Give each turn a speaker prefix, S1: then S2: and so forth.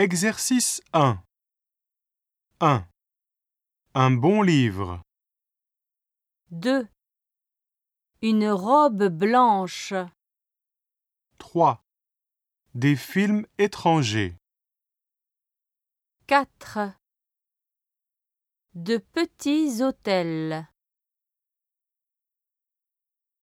S1: Exercice 1. 1. Un bon livre.
S2: 2. Une robe blanche.
S1: 3. Des films étrangers.
S2: 4. De petits hôtels.